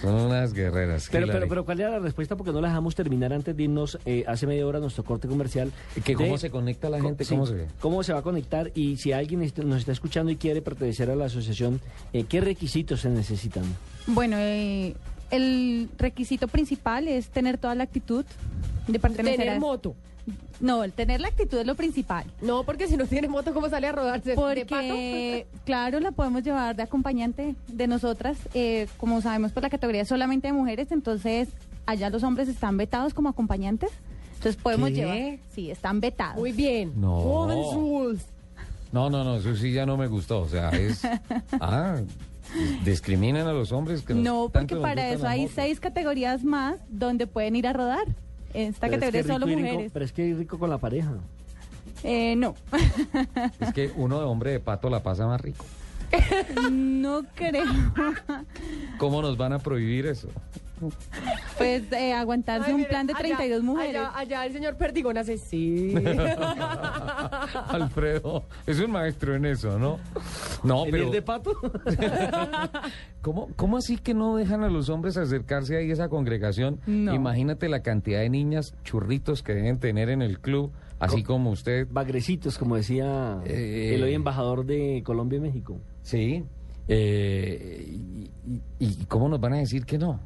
Son unas guerreras. Pero, Hillary. pero, pero, ¿cuál era la respuesta? Porque no la dejamos terminar antes de irnos eh, hace media hora a nuestro corte comercial. ¿Que de- ¿Cómo se conecta la co- gente? sí, ¿Cómo se ve? ¿Cómo se va a conectar? Y si alguien est- nos está escuchando y quiere pertenecer a la asociación, eh, ¿qué requisitos se necesitan? Bueno, eh, el requisito principal es tener toda la actitud de pertenecer Tener a- este- moto. No, el tener la actitud es lo principal. No, porque si no tienes moto, ¿cómo sale a rodarse? ¿De pato? Porque, claro, la podemos llevar de acompañante de nosotras. eh, como sabemos, pues la categoría es solamente de mujeres, entonces allá los hombres están vetados como acompañantes. Entonces podemos ¿Qué? llevar. Sí, están vetados. Muy bien. No. Woman's rules. No, no, no, eso sí ya no me gustó. O sea, es. ah, discriminan a los hombres que nos- no, tanto porque nos para gustan eso las hay motos. seis categorías más donde pueden ir a rodar. Esta Pero es categoría que es solo rico ir en co- mujeres. pero es que ir rico con la pareja. Eh, no, Es que uno de hombre de pato la pasa más rico. no creo. ¿Cómo nos van a prohibir eso? Pues eh, aguantarse Ay, un mire, plan de allá, 32 mujeres. Allá, allá el señor Perdigón hace sí. Alfredo, es un maestro en eso, ¿no? No, ¿En pero. ir de pato? ¿Cómo, ¿Cómo así que no dejan a los hombres acercarse ahí a esa congregación? No. Imagínate la cantidad de niñas churritos que deben tener en el club, así como usted. Bagrecitos, como decía Eh. el hoy embajador de Colombia y México. Sí. Eh, y, y- y cómo nos van a decir que no?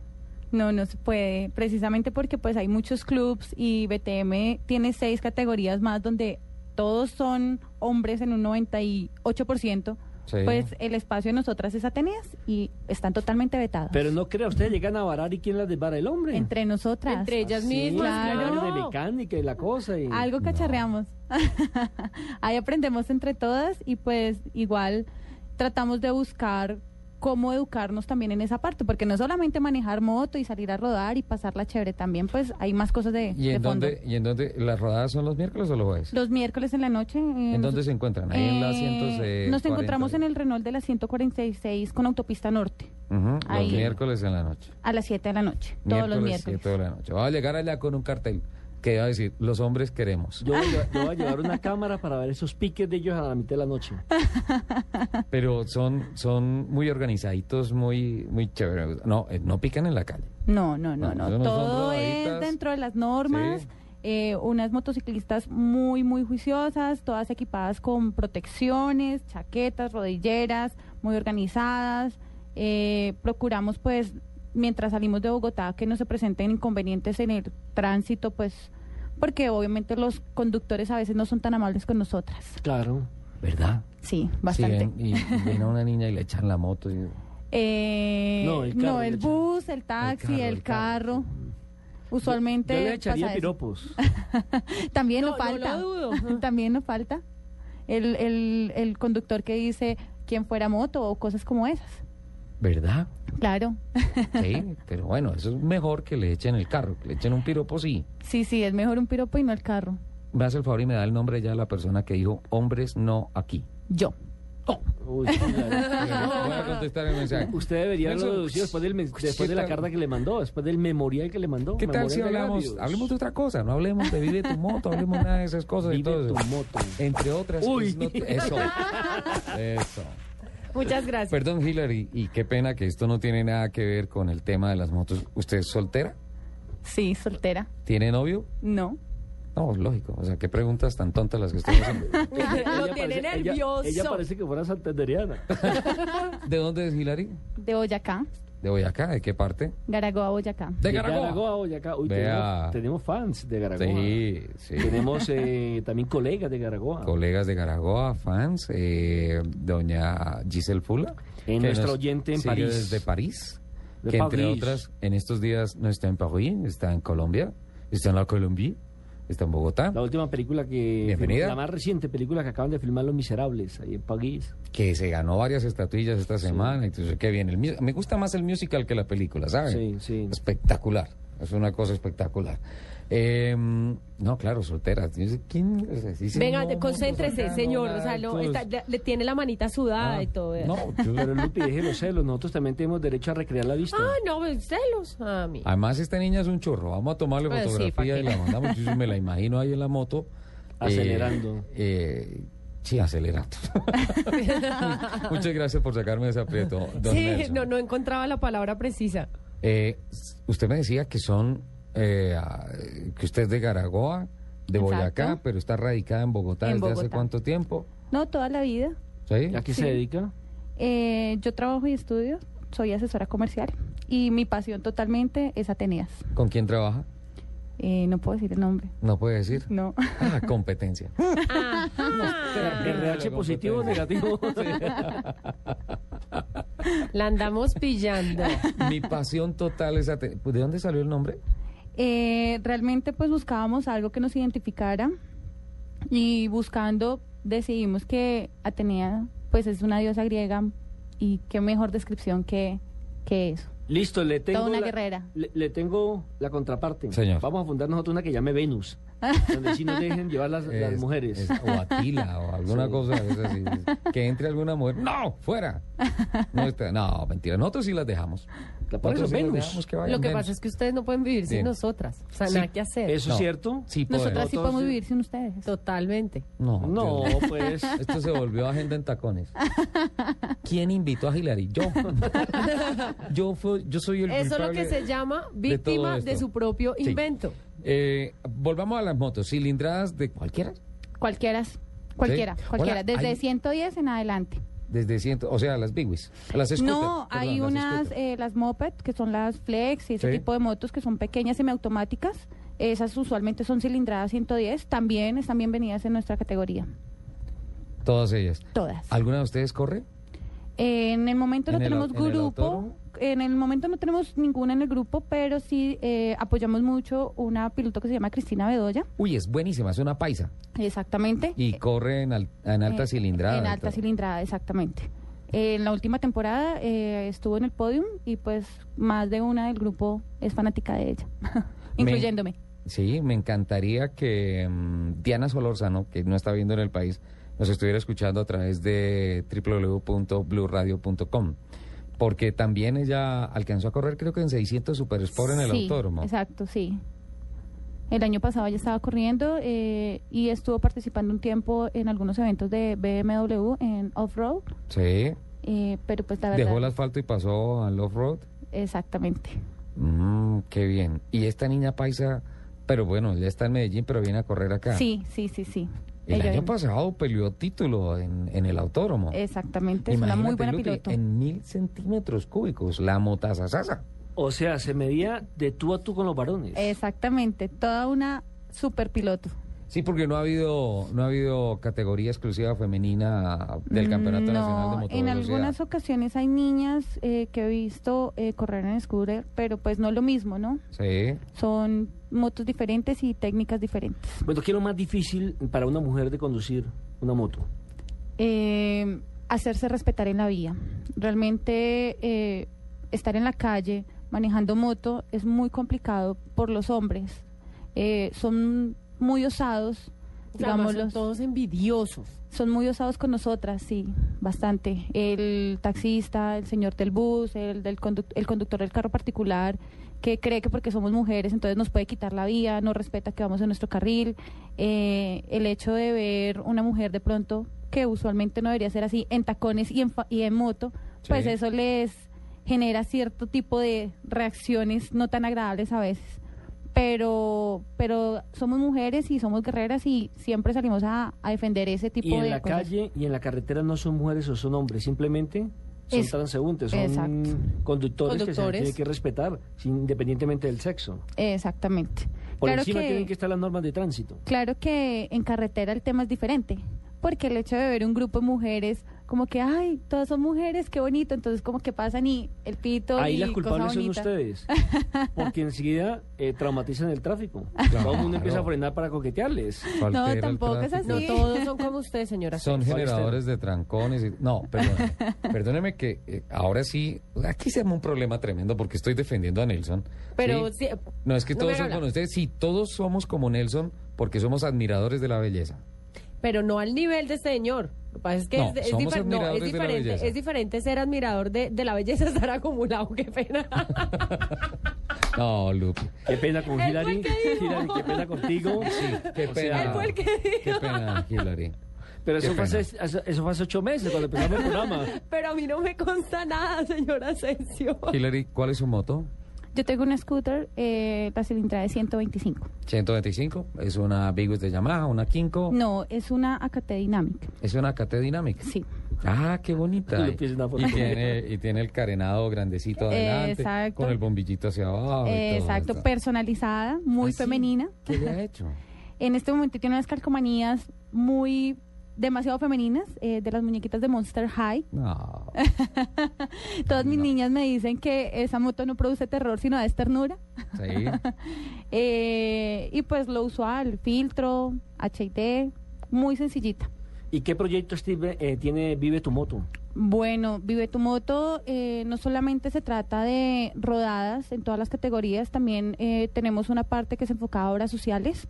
No, no se puede, precisamente porque pues hay muchos clubs y BTM tiene seis categorías más donde todos son hombres en un 98%. Sí. Pues el espacio de nosotras es Ateneas y están totalmente vetadas. Pero no crea, ustedes llegan a varar y quién las desvara el hombre. entre nosotras. Entre ellas Sí, mismas. claro. hablan de mecánica y la cosa. Y... Algo cacharreamos. Ahí aprendemos entre todas y pues igual tratamos de buscar cómo educarnos también en esa parte, porque no es solamente manejar moto y salir a rodar y pasarla chévere, también pues hay más cosas de, ¿Y de en, fondo. dónde, ¿Y en dónde? ¿Las rodadas son los miércoles o los jueves? Los miércoles en la noche. eh, ¿En dónde nos- se encuentran? Ahí en la eh, 100, Nos eh, encontramos 40. en el Renault de la 146 con autopista norte Ujú, los Ahí. miércoles en la noche. a las 7 de la noche, todos los miércoles. siete de la noche. Va a llegar allá con un cartel que va a decir, los hombres queremos. Yo voy, a, yo voy a llevar una cámara para ver esos piques de ellos a la mitad de la noche. Pero son, son muy organizaditos, muy, muy chéveres. No, eh, no pican en la calle. No, no, No, no, no. eso no son Todo es rodaditas. dentro de las normas. Sí. eh, unas motociclistas muy, muy juiciosas, todas equipadas con protecciones, chaquetas, rodilleras, muy organizadas. eh, procuramos, pues, mientras salimos de Bogotá, que no se presenten inconvenientes en el tránsito, pues, porque obviamente los conductores a veces no son tan amables con nosotras. Claro. ¿Verdad? Sí, Sí, ¿eh? bastante. ven- y, y ven a una niña y le echan la moto. y- Eh, No, no, el el, carro le echan. bus, el taxi, carro, el, el carro. carro. Usualmente Yo le echaría pasa eso. piropos. También No, no, no falta. lo dudo. También no falta el, el, el conductor que dice quién fuera moto o cosas como esas. ¿Verdad? Claro. Sí, pero bueno, eso es mejor que le echen el carro, que le echen un piropo, sí. Sí, sí, es mejor un piropo y no el carro. Me hace el favor y me da el nombre ya de la persona que dijo, hombres no aquí. Yo. Uy, sí, la- Voy a contestar el mensaje. Usted debería haberlo Nelson, deducido después, del, men- ¿qué después de la tal? carta que le mandó, después del memorial que le mandó. ¿Qué tal si memorial de hablamos, Gavios. hablemos de otra cosa? No hablemos de vive tu moto, hablemos nada de esas cosas. Vive entonces, tu moto. Entre otras. Uy. pues, no te- eso. Eso. Muchas gracias. Perdón, Hillary, y qué pena que esto no tiene nada que ver con el tema de las motos. ¿Usted es soltera? Sí, soltera. ¿Tiene novio? No. No, lógico. O sea, qué preguntas tan tontas las que estoy haciendo. Lo tiene parece- ella- nervioso. Ella, parece que fuera santanderiana. ¿De dónde es Hillary? De Boyacá. ¿De Boyacá? ¿De qué parte? Garagoa, Boyacá. De Caragoa. Garagoa, Boyacá. Uy, Vea. tenemos, tenemos fans de Garagoa. Sí, sí. Tenemos eh, también colegas de Garagoa. Colegas de Garagoa, fans, eh, doña Giselle Fula. En que nuestra nos oyente en sigue París. Desde París. De que entre París. otras, en estos días no está en París, está en Colombia, está en la Colombia, está en Bogotá. La última película que... Bienvenida. La más reciente película que acaban de filmar Los Miserables, ahí en París. que se ganó varias estatuillas esta semana. Entonces, qué bien. El, mu- me gusta más el musical que la película, ¿sabes? Sí, sí. Espectacular. Es una cosa espectacular. Eh, no, claro, soltera. Yo sé, ¿Quién? o sea, si dice, Venga, no, te- no, concéntrese, no, señor. nada, O sea, no, entonces- está- le, le tiene la manita sudada Ah, y todo. ¿verdad? No, yo- Pero Lupi, deje los celos. Nosotros también tenemos derecho a recrear la vista. Ah, no, pues, celos. A mí. Además, esta niña es un chorro. Vamos a tomarle Pues sí, fotografía ¿pa' y qué? la mandamos. Yo me la imagino ahí en la moto. eh, Acelerando. eh, sí, acelerando. Muchas gracias por sacarme de ese aprieto. don Sí, Nelson. no, no encontraba la palabra precisa. Eh, s- usted me decía que son, eh, ah, que usted es de Garagoa, de Boyacá, Exacto. pero está radicada en Bogotá En desde hace Bogotá. cuánto tiempo. No, toda la vida. ¿Sí? ¿A qué se dedica? Eh, yo trabajo y estudio, soy asesora comercial y mi pasión totalmente es Ateneas. ¿Con quién trabaja? Eh, no puedo decir el nombre. No puede decir. No. Ah, competencia. Ah. ¿RH positivo o negativo? La andamos pillando. Mi pasión total es... ate- ¿De dónde salió el nombre? Eh, realmente pues buscábamos algo que nos identificara y buscando decidimos que Atenea pues es una diosa griega y qué mejor descripción que, que eso. Listo, le tengo. Toda una la, guerrera. Le, le tengo la contraparte. Señor. Vamos a fundar nosotros una que llame Venus. donde sí nos dejen llevar las, las Es- mujeres. es- o Atila o alguna Sí. cosa de esas, sí, sí. Que entre alguna mujer. ¡No! ¡Fuera! No, está- no, mentira. Nosotros sí las dejamos. Por Nosotros eso, sí las Venus. dejamos que vayan Lo que Venus. pasa es que ustedes no pueden vivir sin Bien. nosotras. O sea, Sí, nada que hacer. ¿Eso No. es cierto? Sí, podemos. Nosotras sí Entonces- podemos vivir sin ustedes. Totalmente. No, No, Dios mío. pues. Esto se volvió agenda en tacones. ¿Quién invitó a Hillary? Yo. Yo, fui- yo soy el Eso es lo culpable. que se llama de todo víctima de, esto. su propio Sí. invento. Eh, volvamos a las motos. Cilindradas de cualquiera. Cualquiera, cualquiera, Sí. Hola, cualquiera. Desde hay- 110 en adelante. Desde ciento, o sea, las Big Wigs, las scooters. no, perdón, hay las unas, scooters. eh, las moped, que son las flex y ese Sí. tipo de motos que son pequeñas semiautomáticas. Esas usualmente son cilindradas 110. También están bienvenidas en nuestra categoría. Todas ellas. Todas. ¿Alguna de ustedes corre? Eh, en el momento no ¿En el au- tenemos en el grupo. autódromo? En el momento no tenemos ninguna en el grupo, pero sí eh, apoyamos mucho una piloto que se llama Cristina Bedoya. Uy, es buenísima, es una paisa. Exactamente. Y Eh, corre en, al- en alta Eh, cilindrada. En y alta todo. cilindrada, exactamente. En la última temporada eh, estuvo en el podium y pues más de una del grupo es fanática de ella, incluyéndome. Sí, me encantaría que mm, Diana Solórzano, que no está viendo en el país, nos estuviera escuchando a través de www.bluradio.com. Porque también ella alcanzó a correr, creo que en 600 Super Sport en el Sí, autódromo. Exacto, sí. El año pasado ella estaba corriendo eh, y estuvo participando un tiempo en algunos eventos de BMW en off-road, Sí, eh, pero pues la verdad... dejó el asfalto y pasó al off-road. Exactamente. Mm, qué bien. Y esta niña paisa, pero bueno, ya está en Medellín, pero viene a correr acá. Sí, sí, sí, sí. El Ella- Eh, año pasado peleó título en, en el autódromo. Exactamente, es una muy Imagínate, buena Luti, piloto. En mil centímetros cúbicos, la motasasasa. O sea, se medía de tú a tú con los varones. Exactamente, toda una super piloto. Sí, porque no ha habido no ha habido categoría exclusiva femenina del Campeonato Mm, Nacional de no, Motovelocidad. En algunas ocasiones hay niñas eh, que he visto eh, correr en scooter, pero pues no es lo mismo, ¿no? Sí. Son motos diferentes y técnicas diferentes. Bueno, ¿qué es lo más difícil para una mujer de conducir una moto? Eh, hacerse respetar en la vía. Realmente eh, estar en la calle manejando moto es muy complicado por los hombres. Eh, son muy osados, O sea, además, son digámoslo. todos envidiosos. Son muy osados con nosotras, sí, bastante. El taxista, el señor del bus, el, del conduc- el conductor del carro particular, que cree que porque somos mujeres entonces nos puede quitar la vía, no respeta que vamos en nuestro carril. Eh, el hecho de ver una mujer de pronto, que usualmente no debería ser así, en tacones y en, fa- y en moto, Sí. pues eso les genera cierto tipo de reacciones no tan agradables a veces pero pero somos mujeres y somos guerreras y siempre salimos a, a defender ese tipo Y en de la cosas. calle y en la carretera no son mujeres o son hombres, simplemente son Es- transeúntes, son exacto. conductores, que se les Conductores. tiene que respetar, sin- independientemente del sexo. Exactamente. Por claro encima tienen que que estar las normas de tránsito. claro que en carretera el tema es diferente, porque el hecho de ver un grupo de mujeres como que ay, todas son mujeres, qué bonito, entonces como que pasan y el pito Ahí y las culpables cosa son bonita. ustedes, porque enseguida eh, traumatizan el tráfico. Todo el mundo empieza a Claro. frenar para coquetearles. Altera el tampoco es tráfico. No Sí. todos son como ustedes, señora. Son ¿Cuál generadores de trancones. y- no, perdóneme. perdóneme que eh, ahora sí, aquí se arma un problema tremendo porque estoy defendiendo a Nelson. Pero ¿sí? sí, No es que no me todos haga son hablar. como ustedes, sí, todos somos como Nelson porque somos admiradores de la belleza. pero no al nivel de este señor. Lo que pasa es que No, es, es somos difer- no, es admiradores de la diferente. belleza. Es diferente ser admirador de, de la belleza, estar acumulado. Qué pena. No, Lupi. Qué pena con Él Hillary, fue el que dijo. Hillary, qué pena contigo. Qué O pena. sea, Él fue el que dijo. Qué pena, Hillary. Pero eso Qué fue, hace, pena. eso- eso fue hace ocho meses cuando empezamos el programa. Pero a mí no me consta nada, señora Asensio. Hillary, ¿cuál es su moto? Yo tengo un scooter, eh, la cilindrada de 125. 125, es una Bigus de Yamaha, una Kinko, No, es una AKT Dynamic. es una KT Dynamic. Sí. Ah, qué bonita. Le pides una foto. Y tiene, y tiene el carenado grandecito Eh, adelante, exacto. con el bombillito hacia abajo. y todo Eh, Exacto, esto. personalizada, muy ¿Ah, sí? femenina. ¿Qué le ha hecho? En este momento tiene unas calcomanías muy demasiado femeninas, eh, de las muñequitas de Monster High. No. Todas mis No. niñas me dicen que esa moto no produce terror, sino es ternura. Sí. Eh, y pues lo usual, filtro, HT, muy sencillita. ¿Y qué proyectos tiene, eh, tiene Vive tu moto? Bueno, Vive tu Moto eh, no solamente se trata de rodadas en todas las categorías, también eh, tenemos una parte que se enfocada a obras sociales.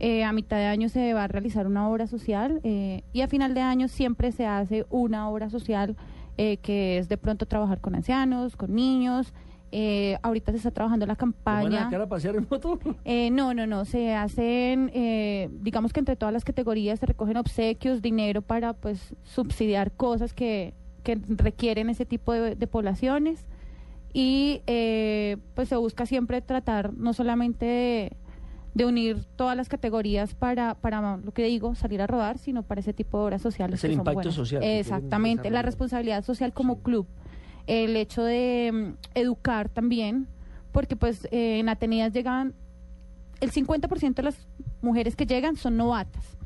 Eh, a mitad de año se va a realizar una obra social eh, y a final de año siempre se hace una obra social eh, que es de pronto trabajar con ancianos, con niños. Eh, ahorita se está trabajando la ¿Van a campaña. sacar a pasear en moto? Eh, no, no, no. Se hacen, eh, digamos que entre todas las categorías se recogen obsequios, dinero para pues subsidiar cosas que, que requieren ese tipo de, de poblaciones. Y eh, pues se busca siempre tratar no solamente de, de unir todas las categorías para, para, lo que digo, salir a rodar, sino para ese tipo de obras sociales. Es el que son impacto buenas. social que quieren Exactamente, la desarrollar. responsabilidad social como Sí. club. El hecho de mm, educar también, porque pues eh, en Atenidas llegan el 50% de las mujeres que llegan son novatas.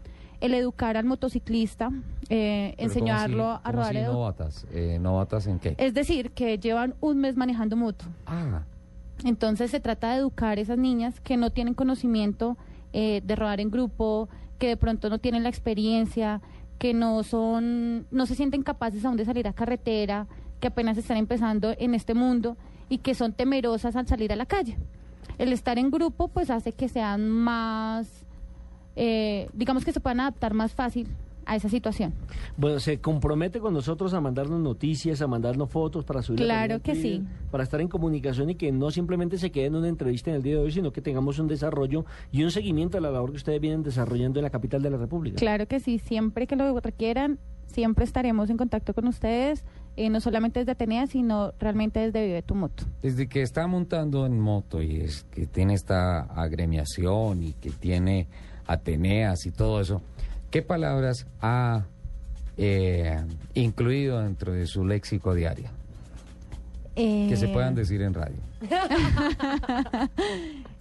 El educar al motociclista, Pero eh, ¿cómo así- enseñarlo a cómo rodar. así edu- novatas? Eh, ¿Novatas en qué? Es decir, que llevan un mes manejando moto. Ah, Entonces se trata de educar a esas niñas que no tienen conocimiento eh, de rodar en grupo, que de pronto no tienen la experiencia, que no son, no se sienten capaces aún de salir a carretera, que apenas están empezando en este mundo y que son temerosas al salir a la calle. El estar en grupo pues hace que sean más, eh, digamos que se puedan adaptar más fácil a esa situación. Bueno, se compromete con nosotros a mandarnos noticias, a mandarnos fotos para subir. Claro que sí. Para estar en comunicación y que no simplemente se quede en una entrevista en el día de hoy, sino que tengamos un desarrollo y un seguimiento a la labor que ustedes vienen desarrollando en la capital de la República. Claro que sí, siempre que lo requieran, siempre estaremos en contacto con ustedes, eh, no solamente desde Atenea, sino realmente desde Vive tu Moto. desde que está montando en moto y es que tiene esta agremiación y que tiene Ateneas y todo eso, ¿qué palabras ha eh, incluido dentro de su léxico diario? Que se Eh, puedan decir en radio.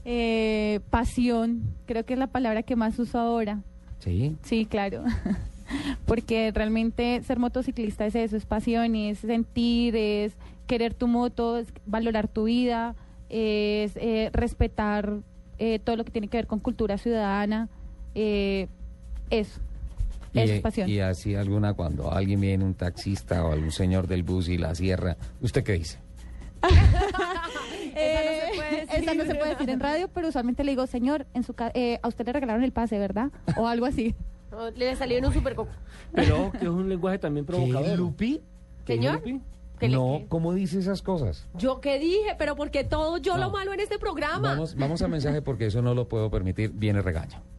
eh, pasión, creo que es la palabra que más uso ahora. ¿Sí? Sí, claro. Porque realmente ser motociclista es eso, es pasión, es sentir, es querer tu moto, es valorar tu vida, es eh, respetar eh, todo lo que tiene que ver con cultura ciudadana. eh, eso. Eso es eh, pasión. y así alguna cuando alguien viene, un taxista o algún señor del bus y la cierra, ¿usted qué dice? Eh, Eh, esa Esa no se puede decir. no se puede decir en radio, pero usualmente le digo, señor, en su ca- eh, a usted le regalaron el pase, ¿verdad? O algo así. No, Le salió en un supercoco. Pero que es un lenguaje también provocador. Lupi? ¿Qué, Señor, Lupi? ¿Qué le- No, qué? ¿cómo dice esas cosas? Yo qué dije, pero porque todo yo No. lo malo en este programa. Vamos, vamos a mensaje porque eso no lo puedo permitir. Viene regaño.